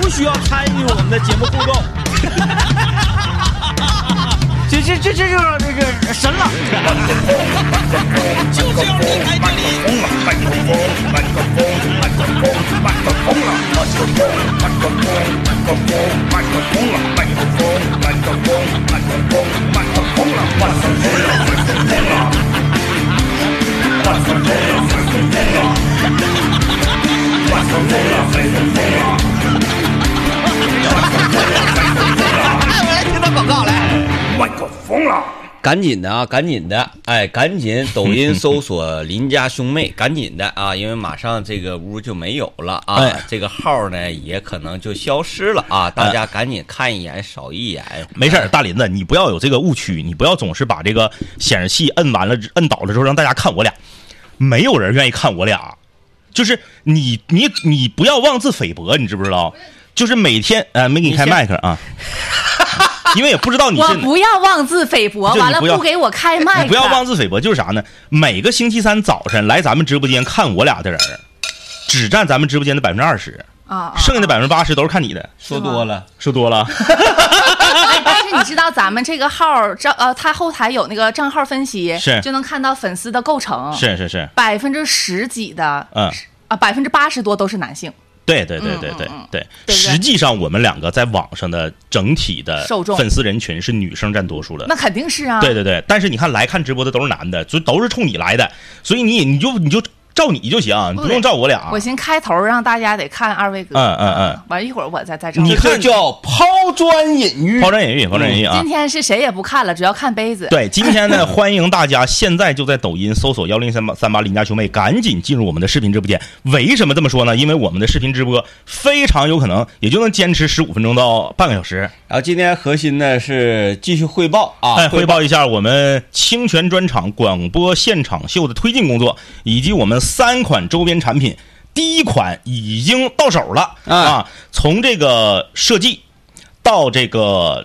不需要参与我们的节目互动。 这这这这就是这个神了。就是要离开这里。哎，我来听段广告来。赶紧的啊，赶紧的，哎，赶紧抖音搜索邻家兄妹， 赶紧的啊，因为马上这个屋就没有了啊，哎这个号呢也可能就消失了啊，大家赶紧看一眼少一眼。没事儿，大林子，你不要有这个误区，你不要总是把这个显示器摁完了、摁倒了之后让大家看我俩，没有人愿意看我俩，就是你、你、你不要妄自菲薄，你知不知道？就是每天，呃，没给你开麦克啊，因为也不知道你我是。不要妄自菲薄，就你完了不要不给我开你麦克，不要妄自菲薄，就是啥呢？每个星期三早晨来咱们直播间看我俩的人儿，只占咱们直播间的百分之二十，啊！啊嗯剩下的百分之八十都是看你的。说多了，说多了，哎但是你知道咱们这个号儿账呃，它后台有那个账号分析，是就能看到粉丝的构成，是是是，百分之十几的，嗯是啊，百分之八十多都是男性对对对对对嗯对，对实际上我们两个在网上的整体的受众粉丝人群是女生占多数的那。肯定是呃啊，对对对，但是你看来看直播的都是男的，所以都是冲你来的，所以你你就你就照你就行，你不用照我俩。哦我寻思开头让大家得看二位哥，嗯嗯嗯，完一会儿我再再找。你这叫抛砖引玉嗯抛。砖引玉，抛砖引玉啊今！天是谁也不看了，只要看杯子。对，今天呢，欢迎大家现在就在抖音搜索幺零三八三八邻家兄妹，赶紧进入我们的视频直播间。为什么这么说呢？因为我们的视频直播非常有可能也就能坚持十五分钟到半个小时。然后今天核心呢是继续汇报啊，哎，汇报一下我们清泉专场广播现场秀的推进工作，以及我们三款周边产品。第一款已经到手了、哎啊，从这个设计到这个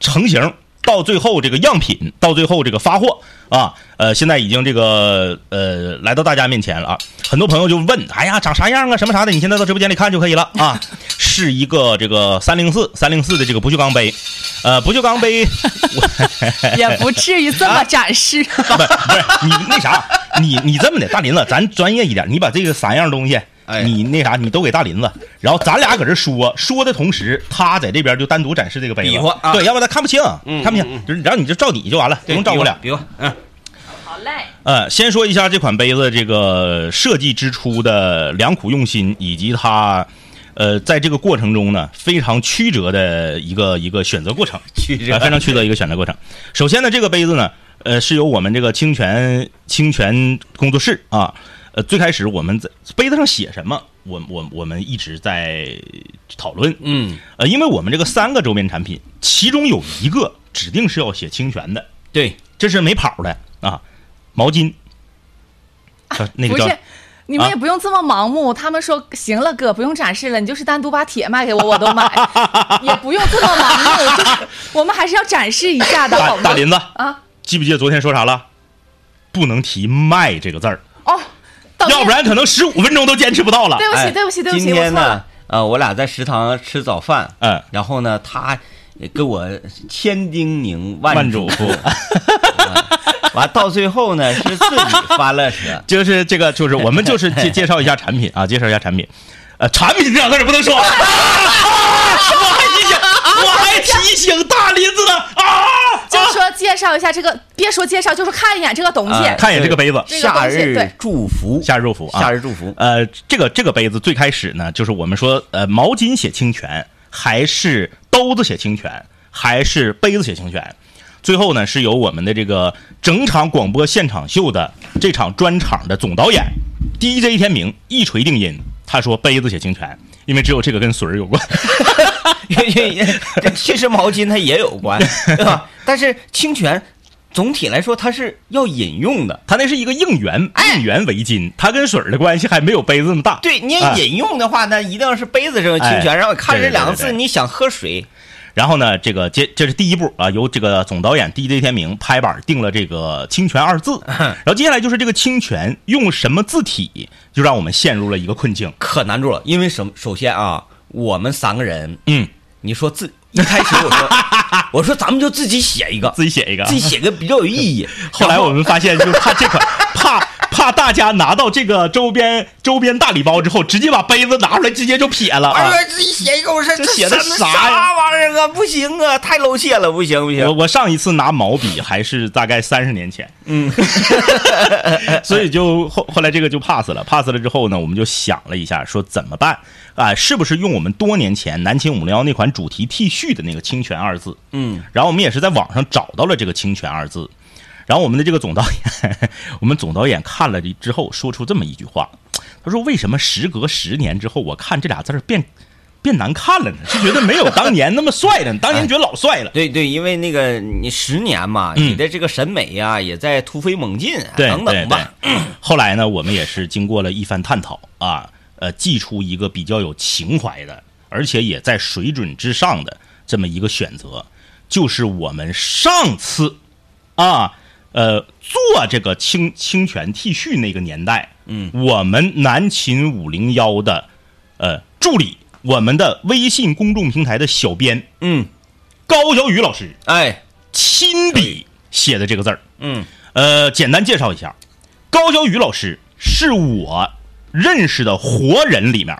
成型，到最后这个样品，到最后这个发货啊，呃，现在已经这个呃来到大家面前了啊。很多朋友就问，哎呀，长啥样啊，什么啥的，你现在到直播间里看就可以了啊。是一个这个三零四三零四的这个不锈钢杯，呃，不锈钢杯。也不至于这么 展示。不是不是你那啥，你你这么的，大林子，咱专业一点，你把这个三样东西，哎你那啥，你都给大林子，然后咱俩搁这说说的同时，他在这边就单独展示这个杯子，比划啊对，要不然他看不清，嗯看不嗯清，就是然后你就照你就完了，不对用照我俩。比划，比划嗯，好嘞，呃，先说一下这款杯子这个设计之初的良苦用心，以及它。呃，在这个过程中呢，非常曲折的一个一个选择过程，曲折啊非常曲折一个选择过程。首先呢，这个杯子呢，呃，是由我们这个清泉清泉工作室啊，呃，最开始我们在杯子上写什么，我我我们一直在讨论，嗯，呃，因为我们这个三个周边产品，其中有一个指定是要写清泉的，对，这是没跑的啊，毛巾，叫那啊不个叫是。你们啊也不用这么盲目，他们说行了，哥不用展示了，你就是单独把铁卖给我，我都 买，也不用这么盲目，就是我们还是要展示一下的，好大吗？大林子，啊，记不记得昨天说啥了？不能提“卖”这个字儿，哦，抖音要不然可能十五分钟都坚持不到了。对不哎起，对不起，对不起，今我天错了呢，，呃，我俩在食堂吃早饭，嗯然后呢，他也跟我千叮咛万万嘱 嘱咐，咐。。完到最后呢是自己翻了车就是这个，就是我们就是介介绍一下产品啊，介绍一下产品。呃，产品这两个字不 能说。啊我还提醒，我还提醒大林子呢啊！就说介绍一下这个，别说介绍，就是看一眼这个东西，啊哎看一眼这个杯子，这个夏东西日对祝福，夏日祝福啊，夏日祝 福呃，这个这个杯子最开始呢，就是我们说，呃，毛巾写清泉，还是兜子写清泉，还是杯子写清泉？最后呢，是由我们的这个整场广播现场秀的这场专场的总导演 DJ 天明一锤定音，他说杯子写清泉，因为只有这个跟水儿有关。因为其实毛巾它也有关， 对吧？但是清泉总体来说它是要饮用的，他那是一个应援应援围巾，它跟水儿的关系还没有杯子那么大。对，你哎饮用的话，那一定要是杯子上有清泉，哎然后看这对对对两个字，对你想喝水，然后呢，这个这这是第一步啊，由这个总导演 DJ 天明拍板定了这个“清泉”二 字，然后接下来就是这个“清泉”用什么字体，就让我们陷入了一个困境。可难住了。因为什么？首先啊，我们三个人，嗯，你说自一开始 我说我说咱们就自己写一个，自己写一个啊自。己写个比较有意义。 后来我们发现，就怕这款， 怕怕大家拿到这个周边周边大礼包之后，直接把杯子拿出来，直接就撇了哎啊！呀，自己写一个，我说这这写的什么啥呀啥玩意儿啊？不行啊，太露怯了，不行不我行。我上一次拿毛笔还是大概三十年前，嗯， 所以就后后来这个就 pass 了，pass 了之后呢，我们就想了一下，说怎么办啊、是不是用我们多年前南秦五零幺那款主题 T 恤的那个“清泉”二字？嗯，然后我们也是在网上找到了这个“清泉”二字，然后我们的这个总导演， 我们总导演看了之后说出这么一句话，他说：“为什么时隔十年之后，我看这俩字儿变变难看了呢？是觉得没有当年那么帅了，当年觉得老帅了。”对对，因为那个你十年嘛，嗯你的这个审美呀、也在突飞猛进啊，对等对对等吧。。 后来呢，我们也是经过了一番探讨啊，呃，祭出一个比较有情怀的，而且也在水准之上的这么一个选择，就是我们上次啊，呃，做这个清清泉 T 恤那个年代，嗯，我们南秦五零幺的呃助理，我们的微信公众平台的小编嗯，高小雨老师哎，亲笔写的这个字儿。嗯呃，简单介绍一下，高小雨老师是我认识的活人里面，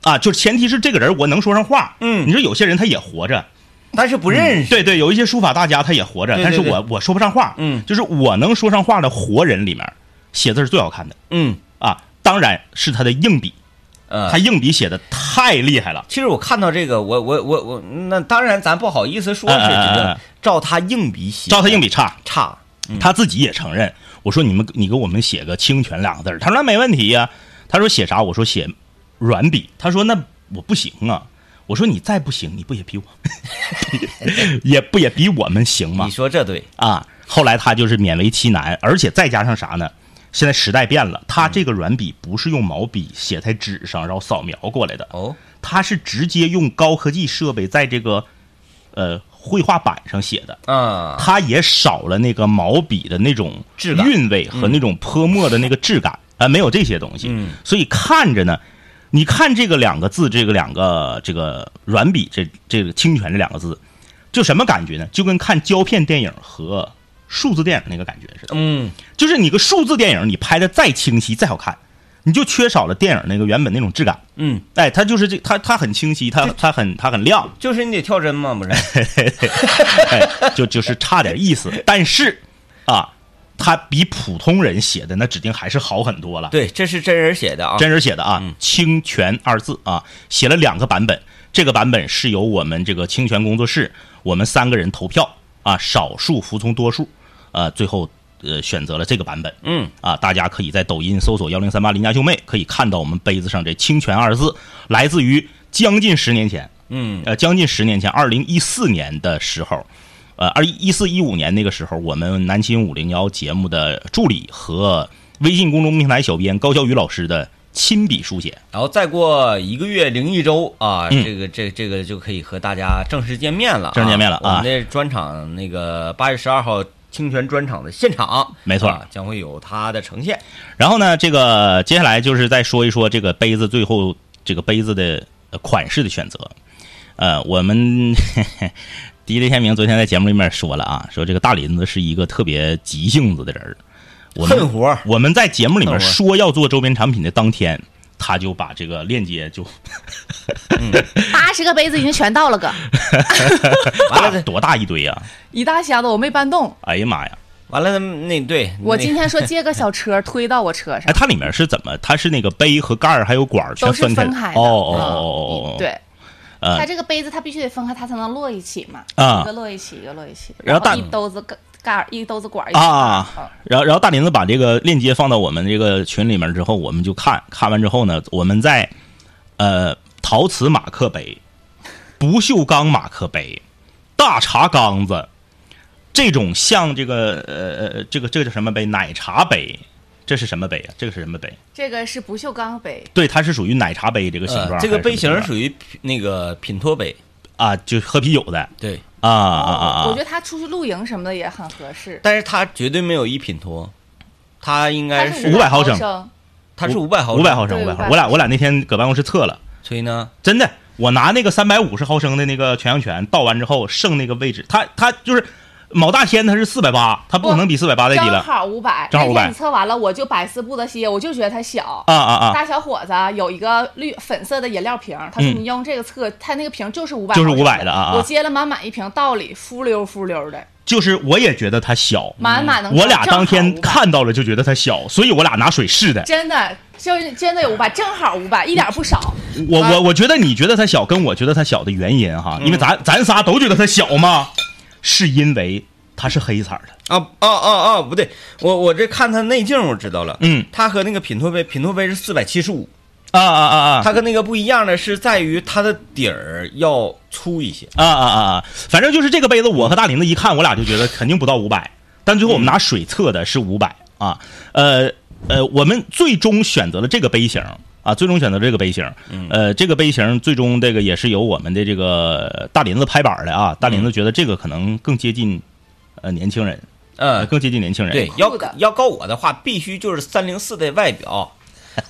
啊，就是前提是这个人我能说上话。嗯你说有些人他也活着，但是不认嗯识。对对，有一些书法大家他也活着，对对但是我我说不上话。嗯就是我能说上话的活人里面，写字是最好看的嗯，啊，当然是他的硬笔，呃他，硬笔写的太厉害了。其实我看到这个，我我我我，那当然咱不好意思说哎是哎哎这哎个，照他硬笔写，照他硬笔差，差。他自己也承认。我说你们，你给我们写个“清泉”两个字儿他说那没问题呀、他说写啥？我说写软笔。他说那我不行啊。我说你再不行，你不也比我， 也不也比我们行吗你？说这对，啊！后来他就是勉为其难，而且再加上啥呢？现在时代变了，他这个软笔不是用毛笔写在纸上，然后扫描过来的，哦，他是直接用高科技设备在这个呃绘画板上写的。啊，它也少了那个毛笔的那种质感韵味和那种泼墨的那个质感啊、没有这些东西，嗯所以看着呢，你看这个两个字，这个两个这个软笔这这个清泉这两个字，就什么感觉呢？就跟看胶片电影和数字电影那个感觉似的，嗯，就是你个数字电影你拍的再清晰再好看，你就缺少了电影那个原本那种质感。嗯，哎，它就是这，它它很清晰，它它很它很亮，就是你得跳针嘛，不 是？哎，就就是差点意思。但是啊，他比普通人写的那指定还是好很多了。对，这是真人写的啊。真人写的啊，清泉”二字啊，写了两个版本。这个版本是由我们这个清泉工作室，我们三个人投票啊，少数服从多数，啊，最后呃选择了这个版本。嗯，啊，大家可以在抖音搜索幺零三八邻家兄妹，可以看到我们杯子上这“清泉”二字，来自于将近十年前，嗯，呃，将近十年前，二零一四年的时候，呃，二一四一五年那个时候，我们南秦五零幺节目的助理和微信公众平台小编高小雨老师的亲笔书写，然后再过一个月零一周啊，嗯这个这这个就可以和大家正式见面了啊，正式见面了啊我们的专场那个八月十二号清泉专场的现场，没错啊将会有它的呈现。然后呢，这个接下来就是再说一说这个杯子最后这个杯子的呃款式的选择。呃，我们 DJ 天明昨天在节目里面说了啊，说这个大林子是一个特别急性子的人儿。我们恨活儿我们在节目里面恨活儿说要做周边产品的当天，他就把这个链接就八十个杯子已经全 到了个，完了，多大一堆啊！一大箱子我没搬动。哎呀妈呀！完了，那对我那今天说借个小车推到我车哎，上，它里面是怎么？它是那个杯和盖儿还有管儿全都是分开分了开的。哦哦嗯哦哦哦哦，，对。呃它这个杯子它必须得分开，它才能摞一起嘛，啊一个摞一起，一个摞一起，然后大一兜子盖盖儿，一兜子管儿一起嗯啊，然后然后大林子把这个链接放到我们这个群里面之后，我们就看看完之后呢，我们在呃陶瓷马克杯、不锈钢马克杯、大茶缸子这种像这个呃呃这个这个叫什么杯？奶茶杯，这是什么杯啊？这个是什么杯？这个是不锈钢杯，对，它是属于奶茶杯这个形状呃还是这什么个形状，杯型属于品那个品托杯，啊，就是喝啤酒的对，啊啊啊啊我觉！得它出去露营什么的也很合适。但是它绝对没有一品托，它应它该是是500毫毫升升，它是五百毫五百毫升，对五百500毫升，我俩我俩那天搁办公室测了，所以呢，真的，我拿那个三百五十毫升的那个全羊泉倒完之后，剩那个位置，它它就是某大仙，它是四百八，它不可能比四百八再低正了。好五百。正好那500天你测完了，我就百思不得其解，我就觉得它小。啊啊啊！大小伙子啊有一个绿粉色的饮料瓶，他说嗯你用这个测，他那个瓶就是五百，就是500的啊啊我接了满满一瓶，道理敷溜敷溜的，就是我也觉得它小，满满能。嗯我俩当正好天500，看到了就觉得它小，所以我俩拿水试的。真的就是真的有五百，正好五百，一点不少。我我我觉得你觉得它小，跟我觉得它小的原因哈，嗯因为咱咱仨都觉得它小嘛，是因为它是黑色儿的。啊啊啊啊！不对，我我这看它内径，我知道了。嗯，它和那个品拓杯，品拓杯是四百七十五，啊啊啊啊！它跟那个不一样的是在于它的底儿要粗一些。啊啊啊！啊！反正就是这个杯子，我和大林子一看，我俩就觉得肯定不到五百，但最后我们拿水测的是五百啊。呃呃，我们最终选择了这个杯型啊，最终选择这个杯型。呃，这个杯型最终这个也是由我们的这个大林子拍板的啊。大林子觉得这个可能更接近呃年轻人，呃，嗯，更接近年轻人。对，酷要的要告我的话，必须就是三零四的外表。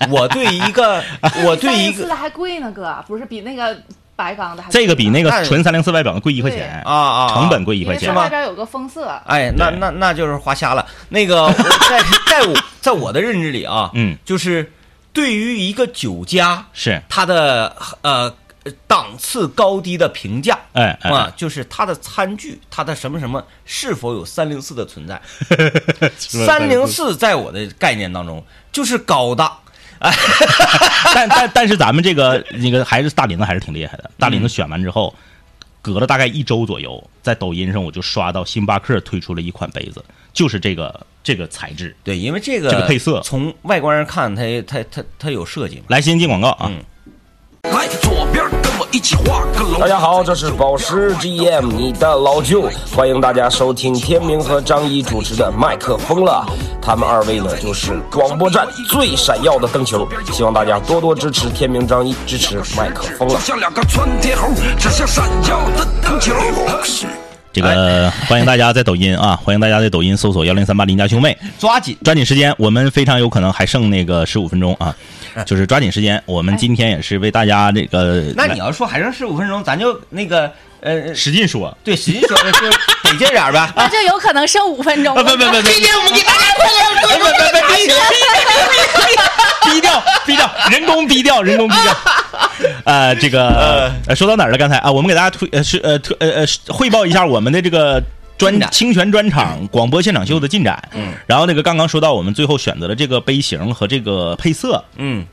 我对一 个，我对一三零四个的还贵呢，哥，不是比那个白钢的还贵这个比那那个纯三零四外表贵一块钱啊，啊，啊成本贵一因块为它钱吗外边有个封色，哎，那对那那就是花瞎了。那个，我 在在我在我的认知里啊，嗯，就是对于一个酒家，是，它的呃档次高低的评价。哎哎，啊，就是它的餐具，它的什么什么是否有三零四的 存在？三零四在我的概念当中就是高档，但但但是咱们这个那个还是大林子还是挺厉害的。大林子选完之后，隔了大概一周左右，在抖音上我就刷到星巴克推出了一款杯子，就是这个这个材质。对，因为这个这个配色从外观上看，它它它它有设计嘛。来，先进广告啊，嗯来，左边跟我一起画个龙。大家好，这是宝石 GM，你的老舅，欢迎大家收听天明和张一主持的《麦克风了》，他们二位呢就是广播站最闪耀的灯球，希望大家多多支持天明、张一，支持麦克风就了。像两个窜天猴，指向闪耀的灯球。哦这个欢迎大家在抖音啊，欢迎大家在抖音搜索幺零三八邻家兄妹，抓紧，抓紧时间，我们非常有可能还剩那个十五分钟啊，就是抓紧时间，我们今天也是为大家这个，那你要说还剩十五分钟，咱就那个呃，使劲说， 对，使劲说，就得劲点儿呗。那就有可能剩五分钟。啊不不不不，今天我们给大家快点，不不不不，低调低调，人工低调，人工低调。呃，这个呃说到哪儿了？刚才啊，我们给大家推呃是呃推呃呃是汇报一下我们的这个。专进展清泉专场广播现场秀的进展，嗯，然后那个刚刚说到我们最后选择了这个杯型和这个配色，嗯，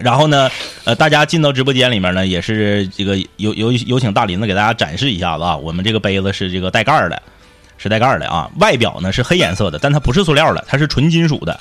然后呢，呃，大家进到直播间里面呢，也是这个有有有请大林子给大家展示一下子啊。我们这个杯子是这个带盖儿的，是带盖儿的啊。外表呢是黑颜色的，但它不是塑料的，它是纯金属的。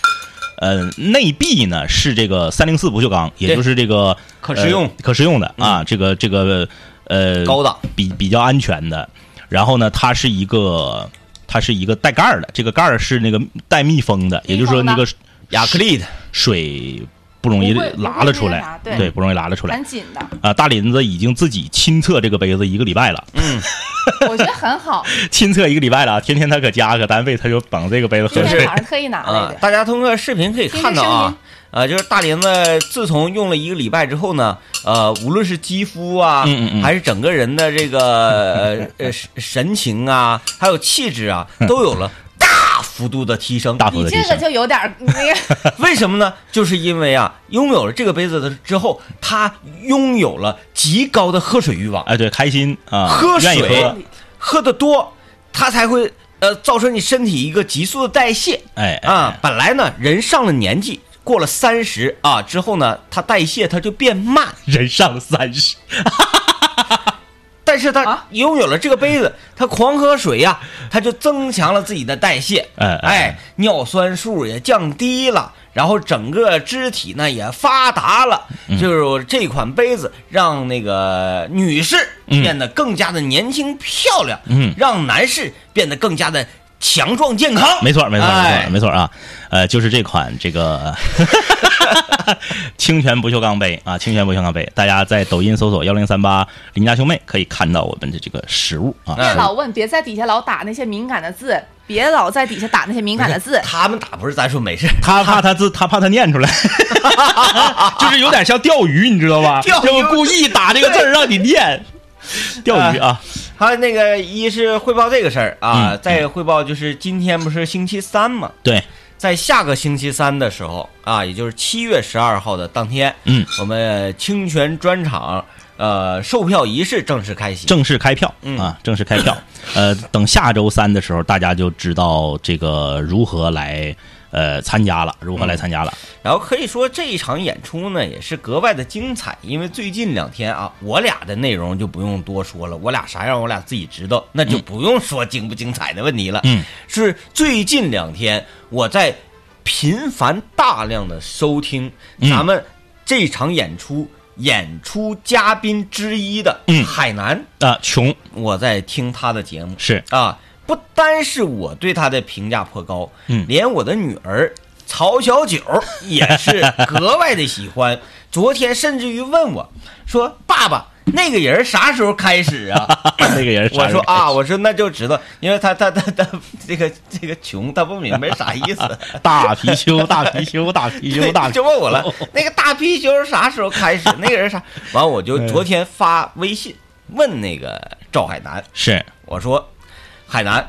呃，内壁呢是这个三零四不锈钢，也对就是这个可食用呃可食用的啊。这个这个呃高档比比较安全的。然后呢，它是一个它是一个带盖儿的，这个盖儿是那个带密封的，也就是说密封的那个亚克力的，水不容易不会不会拉了出那啥来，对不容易拉了出来很紧的，啊！大林子已经自己亲测这个杯子一个礼拜了， 我觉得很好。亲测一个礼拜了，啊天天他搁家搁单位他就捧这个杯子今喝天水早上特意拿啊来，的，大家通过视频可以看到啊，呃，就是大林子自从用了一个礼拜之后呢，呃，无论是肌肤啊，嗯嗯嗯还是整个人的这个呃呃神 情啊，还有气质啊，都有了大幅度的提升。大幅你的提这个升。就有点儿那个。为什么呢？就是因为啊，拥有了这个杯子的之后，他拥有了极高的喝水欲望，哎，对，开心啊，喝愿意水喝，喝的多，他才会呃造成你身体一个急速的代谢。哎哎啊，本来呢，人上了年纪，过了三十啊之后呢，它代谢它就变慢，人上三十，但是它啊拥有了这个杯子，它狂喝水呀、它就增强了自己的代谢，哎哎哎，尿酸数也降低了。然后整个肢体呢也发达了，嗯就是这款杯子让那个女士嗯变得更加的年轻漂亮，嗯让男士变得更加的强壮健康。没错没错没哎错没错啊，呃，就是这款这个 清泉不锈钢杯啊，清泉不锈钢杯，大家在抖音搜索幺零三八林家兄妹可以看到我们的这个实物啊，别老问，别在底下老打那些敏感的字。别老在底下打那些敏感的字。他们打不是咱说没事，他怕他字，他怕他念出 来， 就是有点像钓鱼，你知道吧？钓鱼哎就故意打这个字儿让你念，钓鱼啊，他那个一是汇报这个事儿啊，再汇报就是今天不是星期三嘛，对，在下个星期三的时候啊，也就是七月十二号的当天，嗯，我们清泉专场呃售票仪式正式开启。正式开票嗯啊，正式开票。呃，等下周三的时候，大家就知道这个如何来呃参加了，如何来参加了。然后可以说这一场演出呢也是格外的精彩，因为最近两天啊，我俩的内容就不用多说了，我俩啥样我俩自己知道，那就不用说精不精彩的问题了。嗯，是最近两天我在频繁大量的收听嗯咱们这场演出。演出嘉宾之一的嗯海南，啊，穷我在听他的节目是啊，不单是我对他的评价颇高，嗯？”连我的女儿曹小九也是格外的喜欢。昨天甚至于问我说：“爸爸，那个人啥时候开始啊那个 人啥我人说啊，我说那就知道，因为他他他他这个这个穷，他不明白啥意 思。大貔貅，大貔貅，大貔貅，大貔貅就问 我了，那个大貔貅啥时候开始？那个人啥？完，我哎就昨天发微信问那个赵海南，是我说，海南，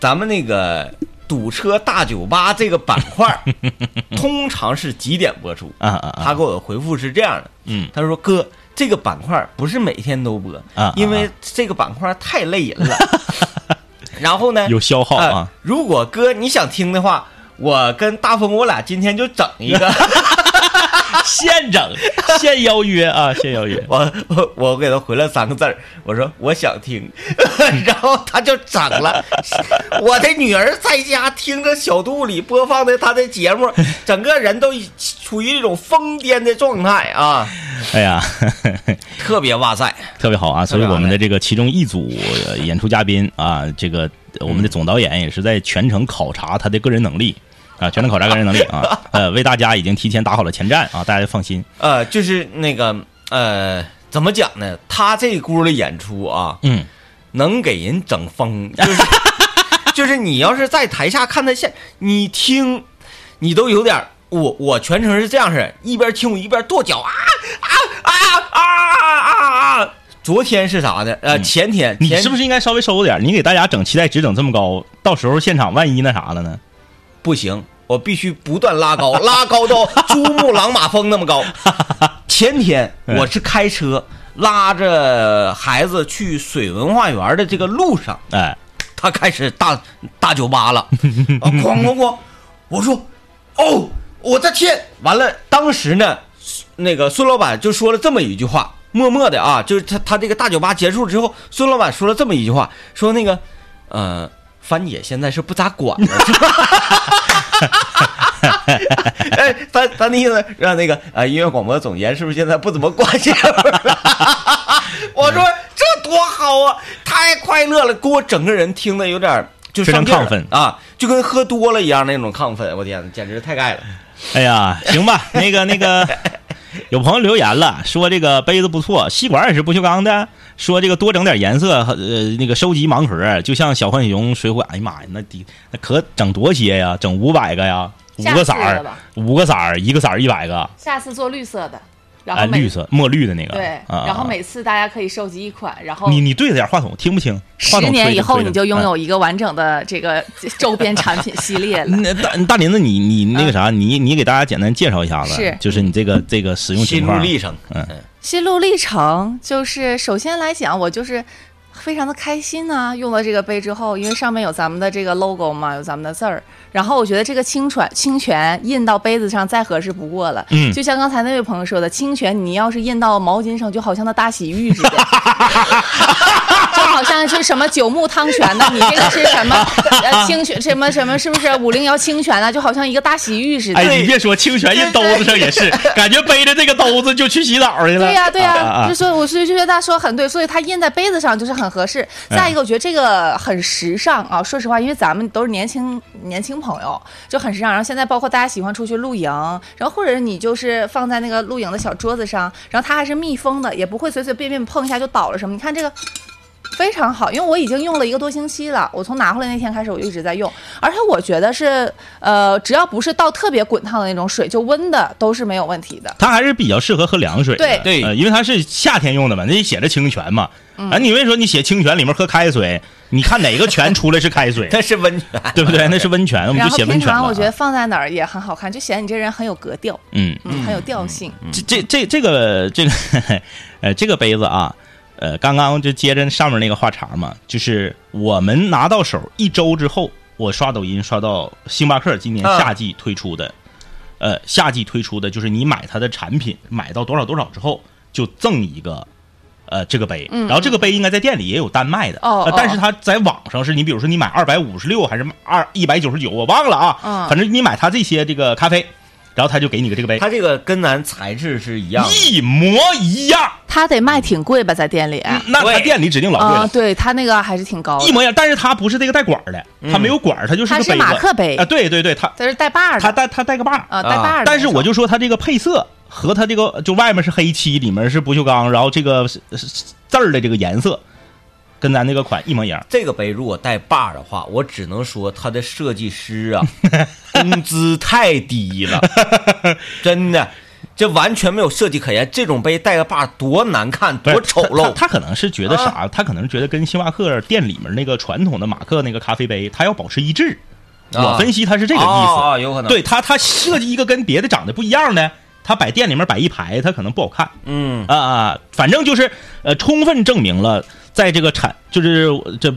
咱们那个堵车大酒吧这个板 块儿，通常是几点播出？啊啊啊，他给我的回复是这样的，嗯他说哥，这个板块儿不是每天都播啊因为这个板块儿太累人 了。然后呢，有消耗啊呃。如果哥你想听的话，我跟大风我俩今天就整一个。现整，现邀约啊，现邀约。 我我我给他回了三个字儿，我说我想听， 然后他就整了。 我的女儿在家听着小肚里播放的他的节目， 整个人都已处于一种疯癫的状态啊，哎呀，特别哇塞。特别好啊！所以特别好我们的这个其中一组呃演出嘉宾啊，这个我们的总导演也是在全程考察他的个人能力啊，全程考察个人能力啊，呃，为大家已经提前打好了前站啊，大家放心。呃，就是那个呃，怎么讲呢？他这轱辘的演出啊，嗯，能给人整疯，就是就是你要是在台下看他现，你听，你都有点儿，我我全程是这样式儿，一边听我一边跺脚啊啊啊啊啊啊啊！昨天是啥呢？呃，前天你前是不是应该稍微收点儿？你给大家整期待值整这么高，到时候现场万一那啥了呢？不行，我必须不断拉高，拉高到珠穆朗玛峰那么高。前天我是开车拉着孩子去水文化园的这个路上，哎，他开始大大酒吧了，啊哐哐哐！我说，哦，我的天！完了，当时呢，那个孙老板就说了这么一句话，默默的啊，就是他他这个大酒吧结束之后，孙老板说了这么一句话，说那个，呃，樊姐现在是不咋管了。是吧 哎，樊樊的意思让那个啊、呃音乐广播总监是不是现在不怎么管这个味儿了？ 我说这多好啊，太快乐了，给我整个人听的有点儿就非常上劲儿了亢奋啊，就跟喝多了一样那种亢奋，我天，简直太盖了。哎呀，行 吧，那个那个，有朋友留言了，说这个杯子不错，吸管也是不锈钢的，说这个多整点颜色，呃，那个收集盲盒，就像小浣熊、水浒，哎呀妈呀，那得那可整多些呀，整五百个呀，五个色吓死了儿吧，五个色儿，一个色儿一百个，下次做绿色的，然哎，后每、绿色墨绿的那个，对，啊然后啊每次大家可以收集一款，然后你你对着点话筒，听不清，话十筒年推以着后推着你就拥嗯有一个完整的这个 周边产品系列了。那大大林子，你你那个啥，你你给大家简单介绍一下子，嗯是就是你这个这个使用心情路况，历程，嗯心路历程就是，首先来讲，我就是非常的开心呐、用了这个杯之后，因为上面有咱们的这个 logo 嘛，有咱们的字儿。然后我觉得这个清泉清泉印到杯子上再合适不过了。嗯就像刚才那位朋友说的，清泉你要是印到毛巾上，就好像那大洗浴 似的。就好像是什么九牧汤泉呐，你这个是什么 呃清泉什么什么是不是五零幺清泉啊？就好像一个大洗浴似的。哎，你别说，清泉印兜子上也是， 感觉背着这个兜子就去洗澡去了。对呀、对呀、啊啊就所以我所以就觉得他说很对，所以它印在杯子上就是很合适。嗯再一个，我觉得这个很时尚啊，说实话，因为咱们都是年轻年轻朋友，就很时尚。然后现在包括大家喜欢出去露营，然后或者是你就是放在那个露营的小桌子上，然后它还是密封的，也不会随随便便碰一下就倒了什么。你看这个。非常好，因为我已经用了一个多星期了。我从拿回来那天开始，我就一直在用，而且我觉得是，呃，只要不是到特别滚烫的那种水，就温的都是没有问题的。它还是比较适合喝凉水的。对对，呃因为它是夏天用的嘛，那写着清泉嘛。嗯啊，你为什么你写清泉里面喝开水？你看哪个泉出来是开 水那是温泉，对不对？那是温泉，我们然就后写温平泉常了啊我。觉得放在哪儿也很好看，就显得你这人很有格调，嗯，嗯，很有调性。这这这这个这个 呃这个杯子啊，呃，刚刚就接着上面那个话茬嘛，就是我们拿到手一周之后，我刷抖音刷到星巴克今年嗯啊夏季推出的，呃，夏季推出的就是你买它的产品买到多少多少之后，就赠一个。呃，这个杯，然后这个杯应该在店里也有单卖的，嗯哦呃哦但是它在网上是你，比如说你买二百五十六还是二一百九十九，我忘了啊，嗯反正你买它这些这个咖啡，然后他就给你个这个杯，它这个跟咱材质是一样的。一模一样。他得卖挺贵吧，在店里啊、那他哎对啊店里指定老贵了。对他那个还是挺高嗯一的，模一样，但是它不是这个带管儿的，嗯它没有管儿，它就是个它杯是子。马克杯啊，对对对，它它是带把儿它的，带它带个把儿啊，带把儿的那种。但是我就说它这个配色和它这个就外面是黑漆，里面是不锈钢，然后这个是是是字儿的这个颜色跟咱那个款一模一样。这个杯如果带把儿的话，我只能说它的设计师啊， 工资太低了，真的，这完全没有设计可言。这种杯带个把儿多难看，不是多丑他陋。啊他他可能是觉得啥？他可能觉得跟星巴克店里面那个传统的马克那个咖啡杯，他要保持一致。啊我分析他是这个意思哦哦有可能对他他设计一个跟别的长得不一样的，他摆店里面摆一排，他可能不好看。嗯，啊啊，反正就是呃，充分证明了在这个产就是这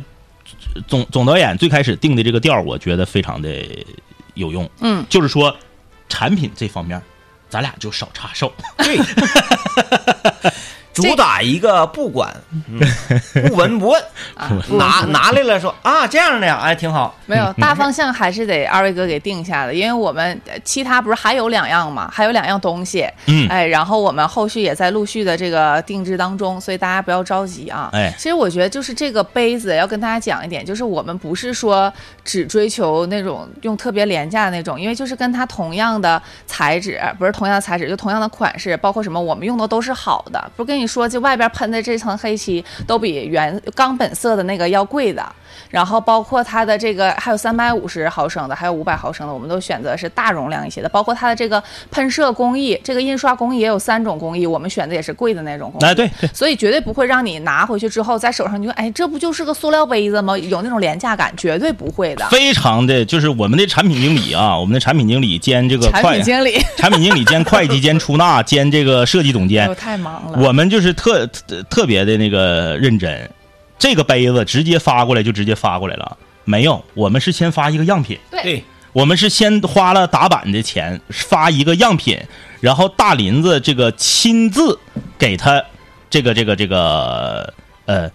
总总导演最开始定的这个调儿，我觉得非常的有用。嗯，就是说产品这方面儿，咱俩就少插手。 对，主打一个不管、嗯不闻不问，拿拿来了说啊这样的呀，哎挺好。没嗯有大方向还是得二位哥给定下的，因为我们呃其他不是还有两样嘛，还有两样东西，嗯哎，然后我们后续也在陆续的这个定制当中，所以大家不要着急啊。哎其实我觉得就是这个杯子要跟大家讲一点，就是我们不是说只追求那种用特别廉价的那种，因为就是跟它同样的材质，不是同样的材质，就同样的款式，包括什么我们用的都是好的，不是跟你说就外边喷的这层黑漆都比原冈本色的那个要贵的。然后包括它的这个还有三百五十毫升的，还有五百毫升的，我们都选择是大容量一些的。包括它的这个喷射工艺，这个印刷工艺也有三种工艺，我们选的也是贵的那种工艺。哎对对 所以绝对不会让你拿回去之后在手上你就哎，这不就是个塑料杯子吗？有那种廉价感，绝对不会的。非常的就是我们的产品经理啊，我们的产品经理兼这个产会品经理，产品经理兼会计兼出纳兼这个设计总哎监呦，太忙了。我们就是特特特别的那个认真，这个杯子直接发过来就直接发过来了，没有，我们是先发一个样品，对对，我们是先花了打版的钱发一个样品，然后大林子这个亲自给他这个这个这个呃，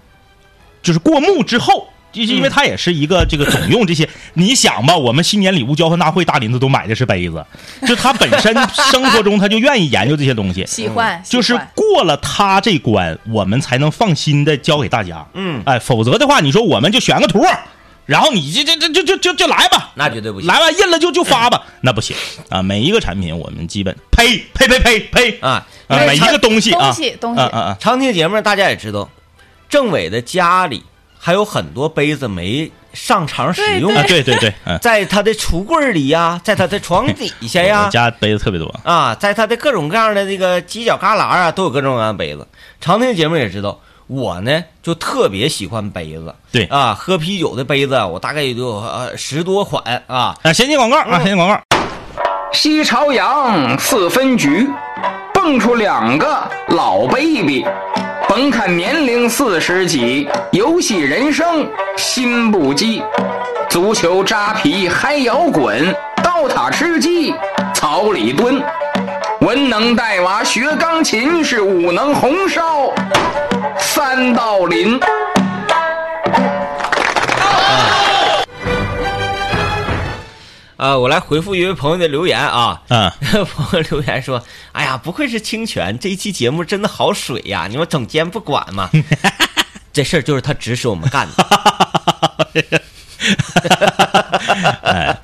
就是过目之后。就是因为他也是一个这个总用这些， 你想吧，我们新年礼物交换大会，大林子都买的是杯子，就他本身生活中他就愿意研究这些东西，喜欢，嗯喜就是欢过了他这关，我们才能放心的交给大家。嗯哎，否则的话，你说我们就选个图儿，然后你这这这这就就就来吧，那绝对不行来吧，印了就就发吧，那不行啊！每一个产品我们基本呸呸呸呸呸啊！啊！对每一个东西啊，东西东西啊啊啊！常听节目大家也知道，政委的家里还有很多杯子没上场使用对啊，对对对， 嗯，在他的橱柜里呀，在他的床底下 我呀，家杯子特别多，啊，在他的各种各样的这个犄角旮旯啊，都有各种各样的杯子。常听节目也知道，我呢就特别喜欢杯子，对啊，喝啤酒的杯子啊我大概也就有呃十多款啊。啊，先进广告啊，先进广告。西朝阳四分局，蹦出两个老 baby，甭看年龄四十几，游戏人生心不羁，足球扎皮嗨摇滚，刀塔吃鸡草里蹲，文能带娃学钢琴，是武能红烧三道林。啊，我来回复一位朋友的留言啊。 嗯朋友留言说：“哎呀，不愧是清泉，这一期节目真的好水呀、你们整监不管嘛， 这事儿就是他指使我们干的。哎，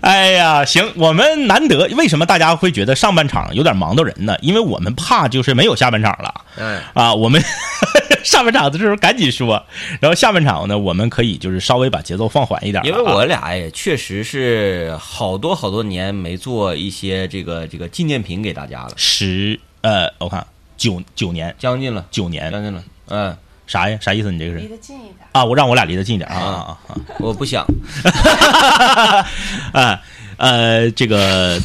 哎呀，行，我们难得，为什么大家会觉得上半场有点忙到人呢？因为我们怕就是没有下半场了。哎啊，我们 上半场的时候赶紧说，然后下半场呢，我们可以就是稍微把节奏放缓一点了因啊。为我俩也确实是好多好多年没做一些这个这个纪念品给大家了，十呃，我看九九年将近了，九将年近了，嗯，啥呀？啥意思？你这个离是得近一点。啊？我让我俩离得近一点啊啊啊！啊我不想， 啊，呃，这个。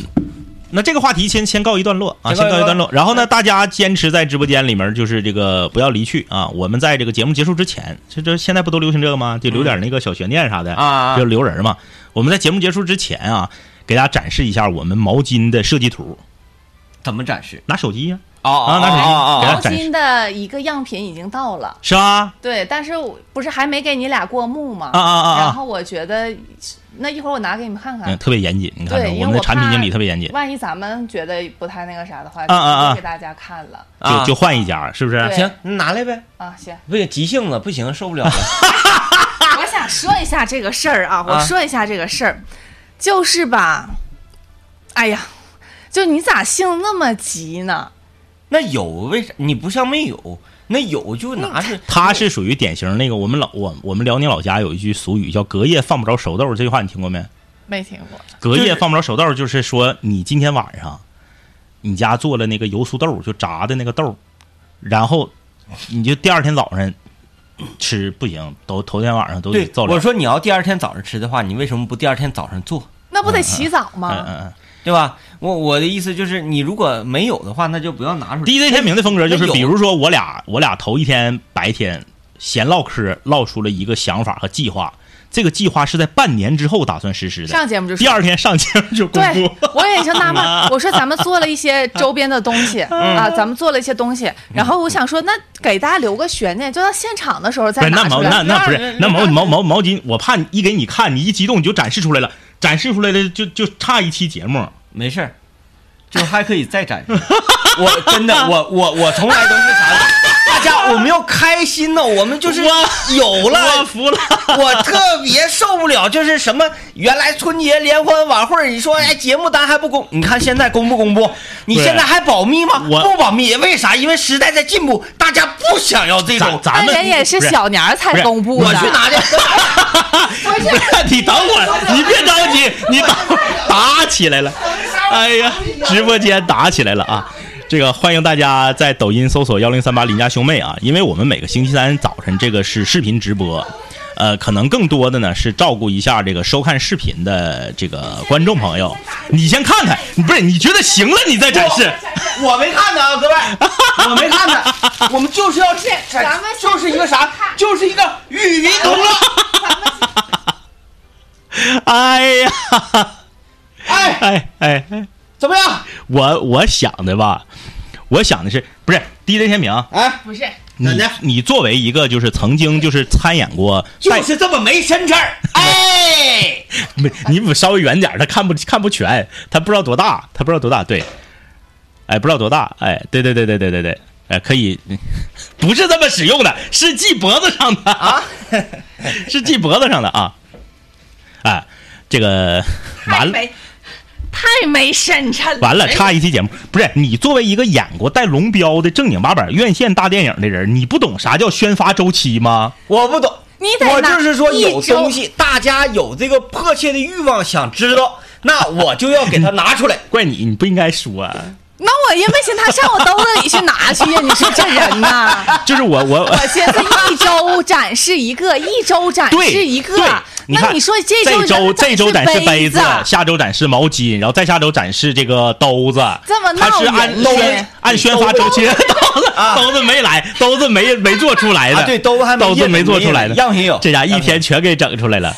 那这个话题先先告一段落啊，先先告一告一段落段落。然后呢，大家坚持在直播间里面，就是这个不要离去啊。我们在这个节目结束之前，这这现在不都流行这个吗？就留点那个小悬念啥的啊就留人嘛。我们在节目结束之前啊，给大家展示一下我们毛巾的设计图，怎么展示？拿手机呀、哦啊，拿手机、给大毛家展示巾的一个样品已经到了，是吧？对，但是我不是还没给你俩过目吗？啊啊啊啊然后我觉得，那一会儿我拿给你们看看。嗯，特别严谨，你看对，看因为我们的怕产品经理特别严谨，万一咱们觉得不太那个啥的话，啊啊就给大家看了啊就就换一家，是不是？对行，拿来呗，啊。行，不行，急性子不行，受不了了。 我想说一下这个事儿啊，我说一下这个事儿，就是吧，哎呀，就你咋性那么急呢？那有为啥？你不像没有，那有就拿着。他是属于典型那个我们老我我们辽宁老家有一句俗语叫“隔夜放不着熟豆”，这句话你听过没？没听过，隔夜放不着熟豆，就是说你今天晚上你家做了那个油酥豆，就炸的那个豆，然后你就第二天早上吃不行，都头天晚上都得对，造我了。说你要第二天早上吃的话，你为什么不第二天早上做？那不得起早嗯吗？嗯嗯，对吧？我我的意思就是，你如果没有的话，那就不要拿出来。第一天明的风格就是那，哎有比如说我俩我俩头一天白天闲唠嗑，唠出了一个想法和计划。这个计划是在半年之后打算实施的，上节目就第说。二天上节目就公对布。，我也就 纳闷儿，我说咱们做了一些周边的东西嗯啊，咱们做了一些东西，然后我想说，那给大家留个悬念，就到现场的时候不再是，那拿毛那出来。那不是那那毛那毛毛毛巾，我怕你一给你看，你一激动你就展示出来了，展示出来的就就差一期节目。没事儿，就还可以再展示。 我真的，我我我从来都是啥呢？大家，我们要开心呢，我们就是有我了。服了， 我特别受不了，就是什么原来春节联欢晚会，你说哎节目单还不公，你看现在公不公布？你对现在还保密吗？啊我不保密，为啥？因为时代在进步，大家不想要 这咱种。咱那们人也是不小年儿才公布的，我去拿去，不是不是你等会儿，你别着急，你打打起来了，哎呀，直播间打起来了啊！这个欢迎大家在抖音搜索幺零三八邻家兄妹啊，因为我们每个星期三早晨这个是视频直播，呃，可能更多的呢是照顾一下这个收看视频的这个观众朋友。你先看看，不是你觉得行了，你再展示。我没看呢啊，各位，我没看呢，我们就是要这，咱们就是一个啥，就是一个与民同乐。哎呀，哎，哎哎哎，怎么样？我我想的吧，我想的是不是第一天明？哎，不是你怎的你作为一个就是曾经就是参演过带就是这么没身份儿。哎，没你不稍微远点儿，他看不看不全，他不知道多大，他不知道多大，对，哎，不知道多大，哎，对对对对对对对，哎，可以， 嗯不是这么使用的，是系脖子上的啊， 是系脖子上的啊，哎，这个完了。太没深沉了。哎完了，差一期节目不是你作为一个演过带龙标的正经八百院线大电影的人，你不懂啥叫宣发周期吗？我不懂，你得我拿就是说有一周东西，大家有这个迫切的欲望想知道，那我就要给它拿出来。怪你，你不应该啊说、那我也没寻思他上我兜子里去拿去呀，你说这人呐？就是我我 我寻思一周展示一个，一周展对示一个对。你那看，你说这这周周这周展展示杯子子，，下周展示毛巾，然后再下周展示这个兜子。这么它是闹按人兜呢按宣发周期， 兜子啊兜子没来，兜子没没做出来的，啊对兜子还没兜子印没做没出来印的，样品有这家样一品天全给整出来了。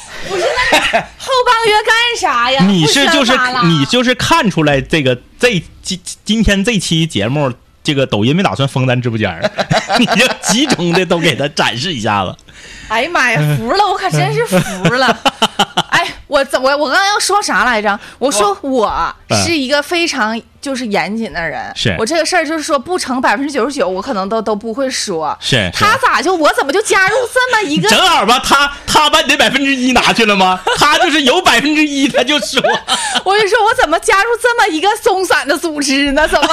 后半个月干啥呀？ 你不是宣就是发了你就是看出来这个这今今天这期节目，这个抖音没打算封咱直播间儿， 你就集中的都给他展示一下子。嗯 哎呀妈呀，服了，我可真是服了。哎，我我怎我我刚刚要说啥来着？我哦说我是一个非常就是严谨的人，嗯是我这个事儿就是说不成百分之九十九，我可能都都不会说。是是他咋就我怎么就加入这么一个？正好吧，他他把你那百分之一拿去了吗？他就是有百分之一，他就说我就说我怎么加入这么一个松散的组织呢？怎么？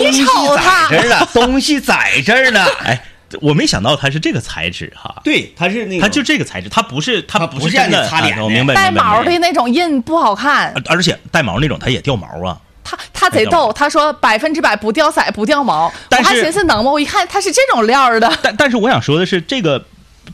你瞅他，这儿呢，东西在这儿呢。哎，我没想到他是这个材质哈，对，他是那个，他就这个材质，他不是他他不不是真让的你擦脸啊的我明白带明白毛明的那种印不好看白，而而且带毛那种它也掉毛啊，他他贼带毛逗，他说百分之百不掉色不掉毛，我但是还寻思能吗？我一看他是这种料儿的，但但是我想说的是，这个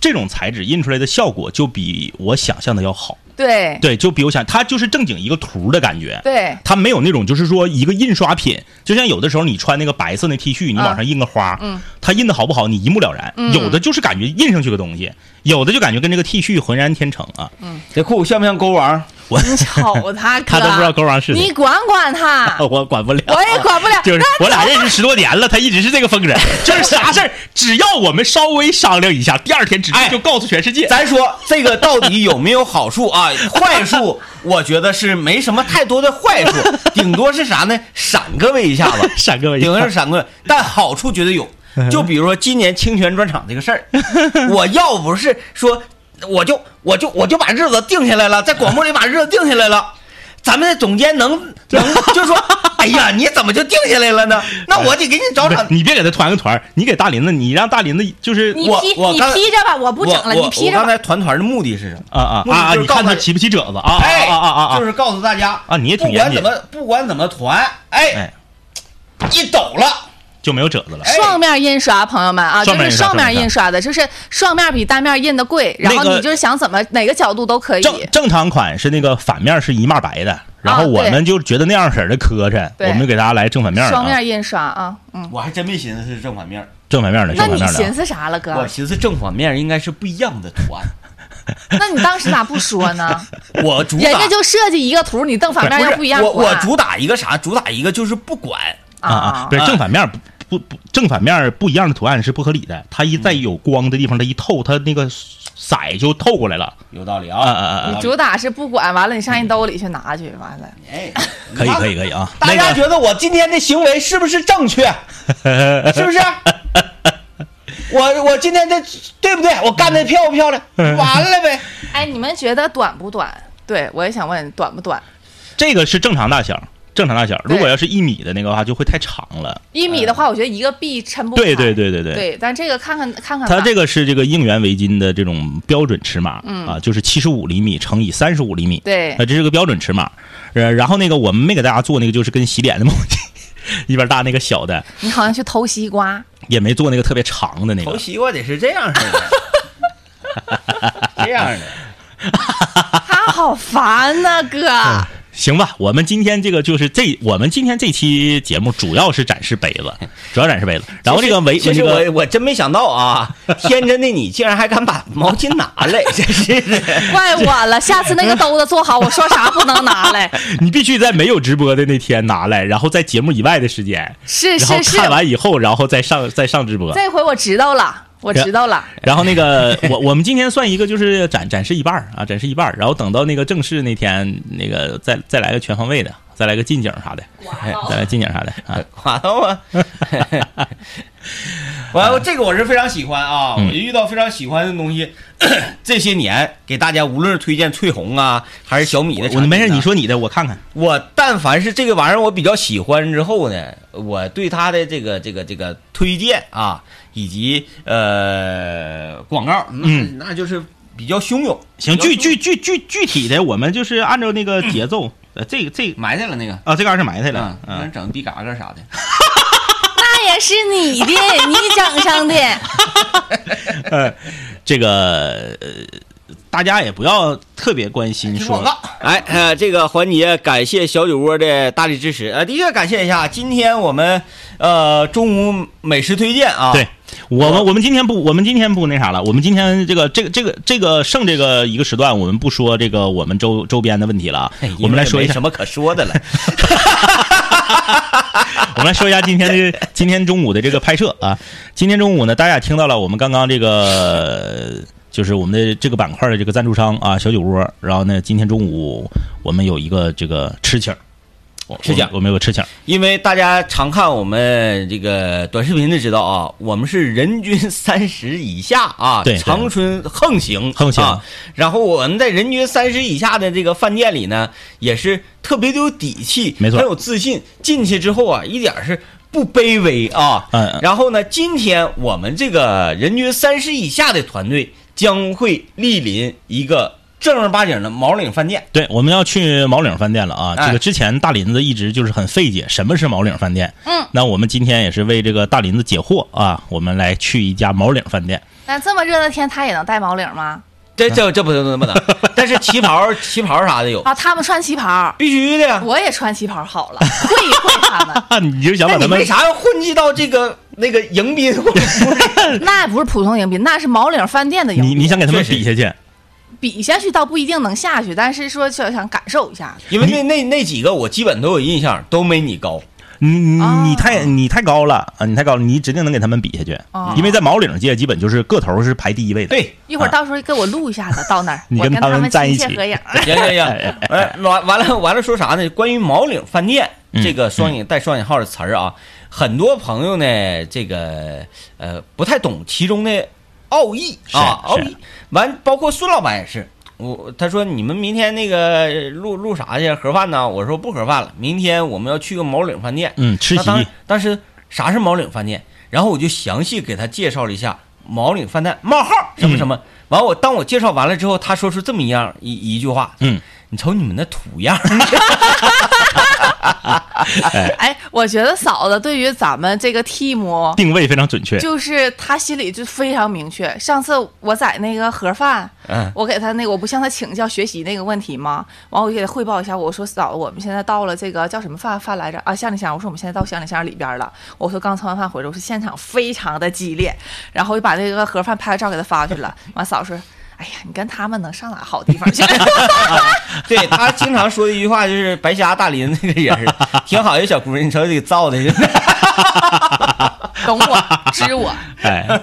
这种材质印出来的效果就比我想象的要好，对对，就比我想，它就是正经一个图的感觉，对它没有那种就是说一个印刷品，就像有的时候你穿那个白色那 T 恤，你嗯往上印个花，它印的好不好你一目了然，有的就是感觉印上去个东西，有的就感觉跟这个 T 恤浑然天成啊，嗯这裤像不像勾王？我你瞅他哥， 他都不知道勾王是谁，你管管他 我呃管不了，我也管不了。 就是那我俩认识十多年了，他一直是这个疯 人，就是啥事儿只要我们稍微商量一下，第二天直接哎就告诉全世界。 咱说这个到底有没有好处啊？ 坏处我觉得是没什么太多的坏处，顶多是啥呢？闪各位一下子，闪各位一下顶多是闪各位，但好处绝对有。就比如说今年清泉专场这个事儿，我要不是说，我就我就我就把日子定下来了，在广播里把日子定下来了。咱们的总监能能就说，哎呀，你怎么就定下来了呢？那我得给你找不找是你别给他团个团儿，你给大林子，你让大林子就是你我披我你刚披着吧，我不整了，我你披我着刚吧。才团团的目的是什么？啊啊目啊的啊！就是你告诉看他你起不起褶子啊哎啊啊啊啊！就是告诉大家啊你也挺不管严谨怎么不管怎么团，哎哎，，一抖了，就没有褶子了。哎双面印刷，朋友们啊，就双面是印刷双面印刷的，就是双面比单面印的贵，然后那个你就是想怎么哪个角度都可以。正正常款是那个反面是一码白的，然后啊对我们就觉得那样式儿的磕碜，我对们就给大家来正反面的双啊，面印刷啊，嗯，我还真没寻思是正反面儿，正反面的，啊那正反你面寻的。思啥了哥我？寻思正反面应该是不一样 的图案。 那你当时咋不说呢？我主打人家就设计一个图，你瞪反面不又是不一样我图我案主打一个啥？主打一个就是不管，啊啊啊，不是啊正反面不不不正反面不一样的图案是不合理的，它一在有光的地方，它一透，它那个色就透过来了。有道理啊啊啊。啊啊！你主打是不管，完了你上人兜里去拿去，完了。哎，可以可以可以啊！大家那个觉得我今天的行为是不是 正确？是不是？我我今天的对不对？我干的漂不 漂亮？完了呗。哎，你们觉得短不短？对我也想问短不短？这个是正常大小，正常大小。对如果要是一米的那个话，就会太长了。一米的话，我觉得一个币抻不开。对对对对对。对，但这个看看看看吧，它这个是这个应援围巾的这种标准尺码，嗯啊，就是七十五厘米乘以三十五厘米，对呃，这是个标准尺码。呃，然后那个我们没给大家做那个，就是跟洗脸的毛巾 一边大那个小的，你好像去偷西瓜，也没做那个特别长的那头个。西瓜得是这样式的， 这样的。他好烦呐、哥。行吧，我们今天这个就是这，我们今天这期节目主要是展示杯子，主要展示杯子。然后这个围其这实个我我真没想到啊，天真的你竟然还敢把毛巾拿来，真是的。怪我了，下次那个兜子做好，我说啥不能拿来。你必须在没有直播的那天拿来，然后在节目以外的时间，是然后是是，看完以后，然后再上再上直播。这回我知道了，我知道了。然后那个，我我们今天算一个，就是展展示一半儿啊，展示一半儿，然后等到那个正式那天，那个再再来个全方位的，再来个近景啥的，哎哦再来近景啥的啊。完了我， 完了这个我是非常喜欢啊，我嗯遇到非常喜欢的东西， 这些年给大家无论是推荐翠红啊，还是小米的，啊我没事，你，说你的，我看看。我但凡是这个玩意儿我比较喜欢之后呢，我对它的这个这个这个推荐啊，以及呃广告，嗯，那就是比较汹涌。行，比较汹具涌具具具具体的，我们就是按照那个节奏，呃，这个这个埋汰了那个，啊，这嘎是埋汰了， 嗯，嗯，整逼嘎嘎啥的。 那也是你的，你整上的。这个呃大家也不要特别关心说，哎，呃，这个环节感谢小酒窝的大力支持，呃，的确感谢一下。今天我们呃中午美食推荐啊，对，我们我们今天不，我们今天不那啥了，我们今天这个这个这个这个剩这个一个时段，我们不说这个我们周周边的问题了啊哎，因为我们来说一没下什，么可说的了。我们来说一下今天这个今天中午的这个拍摄啊，今天中午呢，大家也听到了我们刚刚这个就是我们的这个板块的这个赞助商啊，小酒窝。然后呢，今天中午我们有一个这个吃请儿，我吃请儿我们有个吃请儿，因为大家常看我们这个短视频的知道啊，我们是人均三十以下啊，对对长春横行横行啊。然后我们在人均三十以下的这个饭店里呢，也是特别的有底气，没错很有自信。进去之后啊，一点儿是不卑微啊。嗯嗯然后呢，今天我们这个人均三十以下的团队将会莅临一个正儿八经的毛领饭店。对，我们要去毛岭饭店了啊！哎这个之前大林子一直就是很费解，什么是毛岭饭店？嗯，那我们今天也是为这个大林子解惑啊，我们来去一家毛岭饭店。 那这么热的天，他也能戴毛领吗？这这这不能 这么的，但是旗袍旗袍啥的有，啊，他们穿旗袍，必须的呀。我也穿旗袍好了，会一会他们。啊，你就想把那他你们为啥要混迹到这个那个迎宾？ 那不是普通迎宾，那是毛领饭店的迎你宾。你想给他们确实比下去？比下去倒不一定能下去，但是说想想感受一下。因为那那那几个我基本都有印象，都没你高。你你哦啊你太你太高了啊！你太高了，你指定能给他们比下去哦，因为在毛岭界基本就是个头是排第一位的。对，一会儿到时候给我录一下子，到那儿你我跟跟他们们站一亲切起合影。行行行哎，哎，完完了完了，说啥呢？关于毛领饭店嗯这个双引带双引号的词儿啊，很多朋友呢这个呃不太懂其中的奥义啊，是奥义。完，包括孙老板也是。我他说你们明天那个录录啥去盒饭呢？我说不盒饭了，明天我们要去个毛领饭店。嗯，吃那当席时当时啥是毛领饭店？然后我就详细给他介绍了一下毛领饭店冒号嗯什么什么。完我当我介绍完了之后，他说出这么一样一一句话，嗯，你瞅你们那土样儿， 哎，我觉得嫂子对于咱们这个 team，定位非常准确。就是她心里就非常明确。上次我在那个盒饭，嗯，我给她那个我不向她请教学习那个问题吗？完我就给她汇报一下，我说嫂子，我们现在到了这个叫什么饭饭来着啊？香里香，我说我们现在到香里香里边了。我说刚吃完饭回来，我说现场非常的激烈，然后我就把那个盒饭拍的照给她发过去了。完嫂说。哎呀，你跟他们能上哪好地方去？对他经常说的一句话就是白瞎大林那个人儿挺好，一小姑娘，你瞅给造 的，懂我，知我。 哎，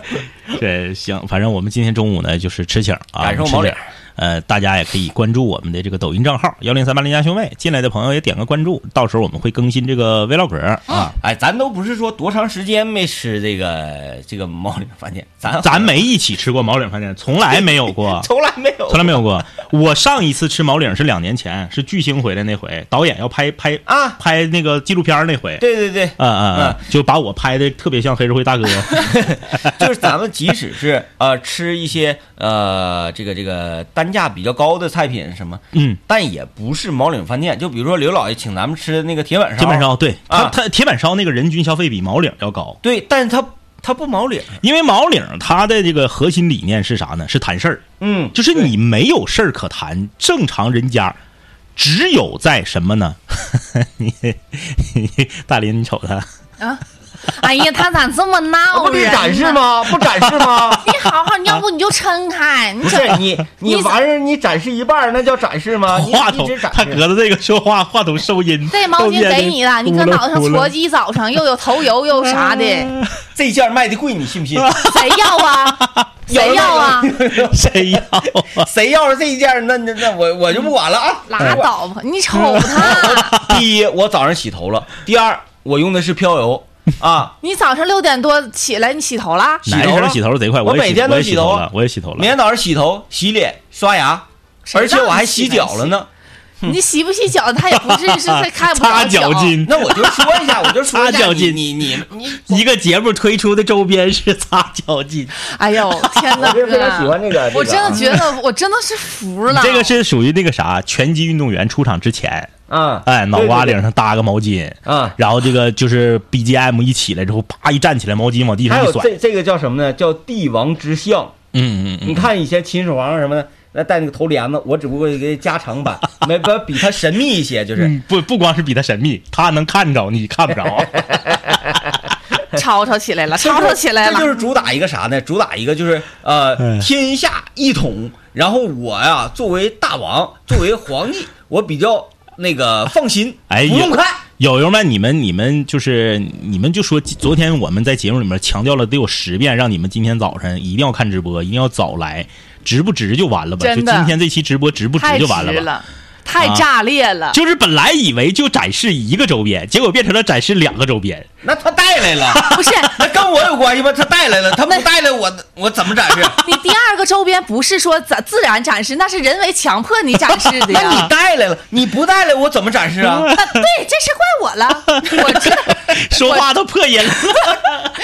这行，反正我们今天中午呢就是吃请儿啊，感受我们吃毛领请儿。呃，大家也可以关注我们的这个抖音账号幺零三八零家兄妹，进来的朋友也点个关注，到时候我们会更新这个 vlog 啊。哎，咱都不是说多长时间没吃这个这个毛领饭店，咱，咱没一起吃过毛领饭店，从来没有过 从来没有从来没有过。我上一次吃毛领是两年前，是巨星回来那回，导演要拍拍啊拍那个纪录片儿那回，对啊对对，嗯，嗯嗯，就把我拍的特别像黑社会大哥。 就是咱们即使是呃吃一些呃这个这个单价比较高的菜品什么，嗯，但也不是毛领饭店。就比如说刘老爷请咱们吃的那个铁板烧，铁板烧，对他啊他铁板烧那个人均消费比毛领要高，对，但是它它不毛领，因为毛领它的这个核心理念是啥呢？是谈事儿，嗯，就是你没有事儿可谈，正常人家只有在什么呢？ 你大林，你瞅他，啊！哎呀，他咋这么那闹不得人？展示？吗？不展示吗？你好好，你要不你就撑开，你不是整你，你你玩意儿你展示一半儿，那叫展示吗？你话你筒只展他示。隔着这个说话，话筒收 音。这毛巾给你了，你搁脑袋上搓几早上，又有头油又啥的，这件儿卖的贵，你信不信？谁要啊？谁要啊？谁要啊？ 谁要是这一件儿，那那那我我就不管了啊！拉倒吧，你瞅他，第一，我早上洗头了；第二，我用的是飘柔啊。 你早上六点多起来，你洗头啦？洗头男了生洗头贼快，我也每天都我也洗洗头了啊，我也洗头明了。天早上洗头、洗脸、刷牙，谁而且我让还你洗洗脚了呢。你洗不洗脚？他也不至于是在看不擦着脚巾，那我就说一下，我就说一擦下脚你巾你你你，一个节目推出的周边是擦脚巾，哎呦，天哪！我就非常喜欢这个。我这真个啊的觉得，我真的是服了。这个是属于那个啥，拳击运动员出场之前，嗯，哎，脑瓜对顶。上搭个毛巾，嗯然后这个就是 BGM 一起来之后，啪一站起来，毛巾往地对对还上一有甩，这这个叫什么呢？叫帝王之相。嗯嗯嗯，你看以前秦始皇什么的，那戴那个头帘子，我只不过给加长版，没不比他神秘一些，就是嗯，不不光是比他神秘，他能看着你看不 着，吵吵起来了，吵吵起来这就了。是主打一个啥呢？主打一个就是嗯呃，天下一统。然后我呀，作为大王，作为皇帝，我比较那个放心，哎呀不用看。友友们，你们你们就是你们就说，昨天我们在节目里面强调了得有十遍，让你们今天早晨一定要看直播，一定要早来。值不值就完了吧？就真的今天这期直播值不值太就直完吧？了，太啊炸裂了。就是本来以为就展示一个周边，结果变成了展示两个周 边。那他带来了，不是 那跟我有关系吗？他带来了，他不带来我，我怎么展 示？你第二个周边不是说自自然展示，那是人为强迫你展示 的那呀。你带来了，你不带来我怎么展示 啊？啊对，这事怪我了，我知道。说话都破音了。那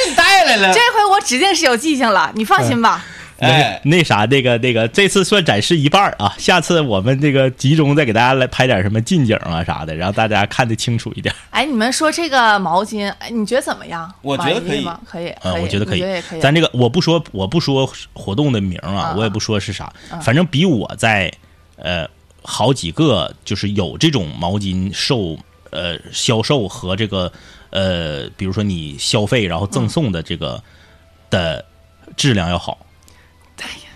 你带来了这，回我指定是有记性了，你放心吧。哎那那啥，那个那个，这次算展示一半儿啊，下次我们这个集中再给大家来拍点什么近景啊啥的，让大家看得清楚一点。哎，你们说这个毛巾，哎，你觉得怎么样？我觉得满意可以吗？可以，嗯，我觉得可以，以你也可以。咱这个我不说，我不说活动的名儿啊啊，我也不说是啥，反正比我在呃好几个就是有这种毛巾售呃销售和这个呃，比如说你消费然后赠送的这个、的质量要好。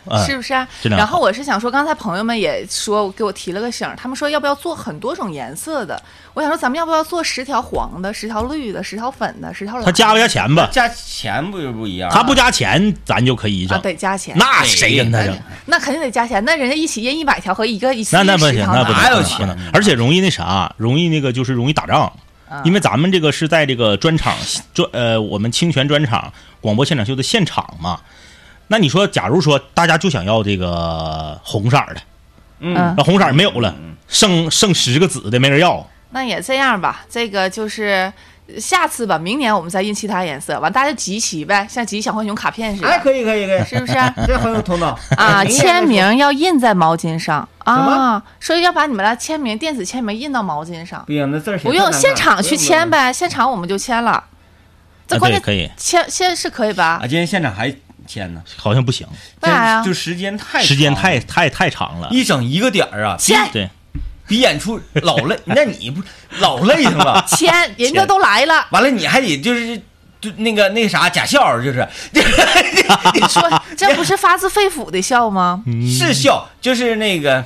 嗯是不是、啊？质量然后好我是想说，刚才朋友们也说给我提了个醒儿，他们说要不要做很多种颜色的？我想说，咱们要不要做十条黄的、十条绿的、十条粉的、十条蓝他的？加不加钱啊吧？加钱不就不一样？他不加钱，咱就可以整。啊，得加钱。那谁跟他哎整？那肯定得加钱，那人家一起印一百条和一个一那那不一行，十条那不能呢哪有不能钱不啊能，而且容易那啥，容易那个就是容易打仗，因为咱们这个是在这个专场专呃我们清泉专场广播现场秀的现场嘛。那你说，假如说大家就想要这个红色儿的，嗯那，红色儿没有了，剩剩十个紫的没人要，那也这样吧，这个就是呃下次吧，明年我们再印其他颜色，完大家集齐呗，像集小浣熊卡片似哎，的，可以可以可以，是不是？ 这很有头脑啊，明年再签说名要印在毛巾上啊么，所以要把你们的签名电子签名印到毛巾上，不行，那字儿写不太难用看现了场去签。不用呗，现场我们就签了。这啊关对，键可以，签签是可以吧啊不用啊，？今天现场还签呢，好像不行，为啥呀就时间太时间长太太太长了，一整一个点儿啊，比签对，比演出老累。那你不老累是吧？签，人家都来了， 完了你还得就是就那个那啥假笑，就是 说这不是发自肺腑的笑吗？嗯是笑，就是那个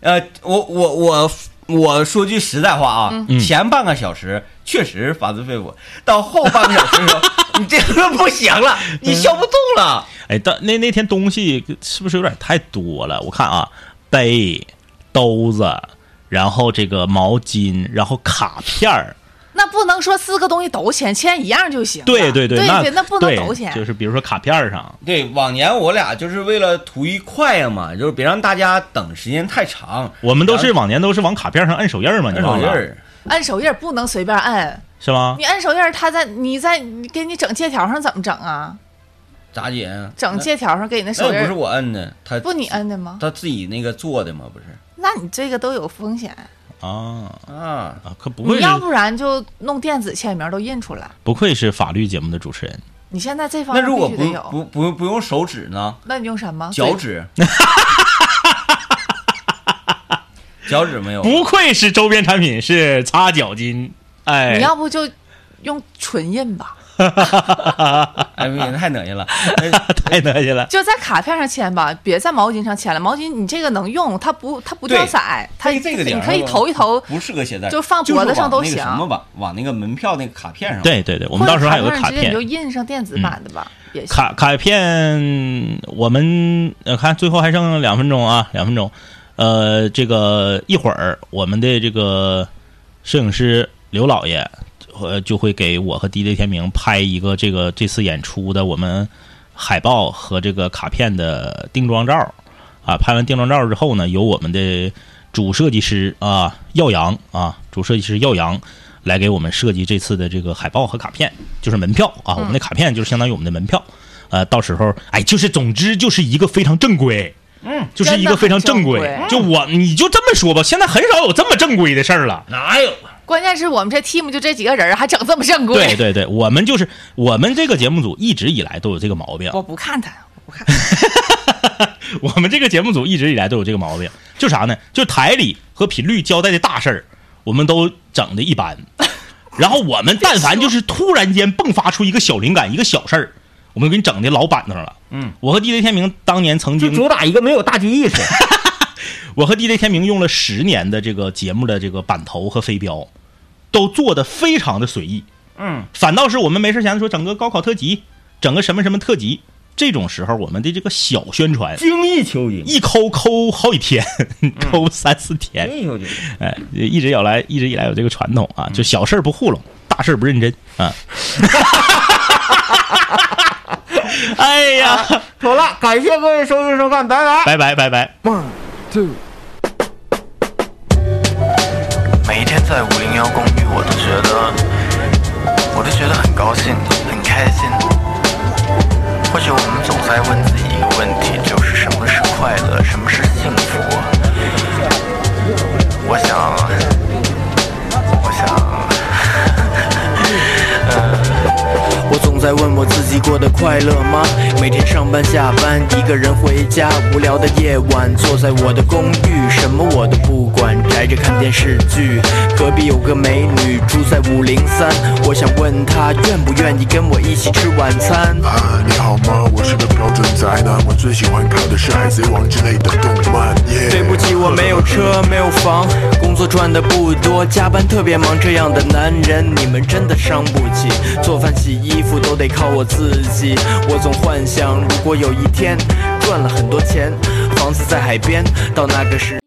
呃，我我我我说句实在话嗯啊，前半个小时确实发自肺腑，到后半个小时的时候，你这个不行 了，你笑不动了。哎，但那那天东西是不是有点太多了？我看啊，杯、兜子，然后这个毛巾，然后卡片儿，那不能说四个东西都签，签一样就行了。啊对对对，对，那不能对都签。就是比如说卡片儿上，对，往年我俩就是为了图一快嘛，就是别让大家等时间太长。我们都是然往年都是往卡片上摁手印儿嘛，你后忘二手印了儿，按手印儿不能随便按，是吗？你按手印儿，他在你在你给你整借条上怎么整啊？咋姐啊？整借条上给你那那手印哎那不是儿，我摁的，他不你摁的吗？他自己那个做的吗？不是那你这个都有风险，啊啊，啊，可不你愧要是不然就弄电子签名都印出来。不愧是法律节目的主持人，你现在这方那面如果必须不得用有，不不用不用手指呢？那你用什么？脚嘴趾， 脚趾没有，不愧是周边产品是擦脚巾，哎，你要不就用唇印吧，哎，不行，太恶心 了。太得意了，就在卡片上签吧，别在毛巾上签了。毛巾你这这个能用，它不它不对掉色儿，它这个点你可以投一投，不适合携带，就放脖子上都行就是往那个什么吧，往那个门票那个卡片上。，对对对，我们到时候还有个或者卡上直接片你就，印上电子嗯版的吧，也行。卡卡片，我们呃看最后还剩两分钟啊，两分钟。呃，这个一会儿我们的这个摄影师刘老爷，呃，就会给我和 DJ 天明拍一个这个这次演出的我们海报和这个卡片的定妆照啊。拍完定妆照之后呢，由我们的主设计师啊耀阳啊，主设计师耀阳来给我们设计这次的这个海报和卡片，就是门票啊，我们的卡片就是相当于我们的门票。呃，到时候哎，就是总之就是一个非常正规。嗯，就是一个非常正规真的很，就我你就这么说吧，现在很少有这么正规的事儿了。哪有？关键是我们这 team 就这几个人儿，还整这么正规。对对对，我们就是我们这个节目组一直以来都有这个毛病，我不看他，我不看。 我们这个节目组一直以来都有这个毛病，就啥呢？就台里和频率交代的大事儿，我们都整的一般。然后我们但凡就是突然间迸发出一个小灵感，一个小事儿，我们就给你整的老板头了。嗯，我和 DJ 天明当年曾就经，主打一个没有大局意识。我和 DJ 天明用了十年的这个节目的这个版头和飞镖，都做的非常的随意。嗯，反倒是我们没事闲的说整个高考特辑，整个什么什么特辑，这种时候，我们的这个小宣传 精益求精，一抠抠好几天，嗯抠三四天，精益求精。哎，一直以来一直以来有这个传统嗯啊，就小事儿不糊弄，大事儿不认真 啊。哎呀，啊妥了，感谢各位收听收看，拜拜。拜拜拜拜。每一天在五零幺公寓，我都觉得，我都觉得很高兴，很开心。或许我们总在问自己一个问题，就是什么是快乐，什么是幸福？我想，我想。我总在问我自己过得快乐吗？每天上班下班，一个人回家，无聊的夜晚，坐在我的公寓，什么我都不管，宅着看电视剧。隔壁有个美女住在五零三，我想问她愿不愿意跟我一起吃晚餐。啊，你好吗？我是个标准宅男，我最喜欢看的是《海贼王》之类的动漫。耶对不起，我没有车，没有房，工作赚的不多，加班特别忙。这样的男人，你们真的伤不起。做饭、洗衣服都得靠我自己。我总幻想，如果有一天赚了很多钱，房子在海边，到那个时。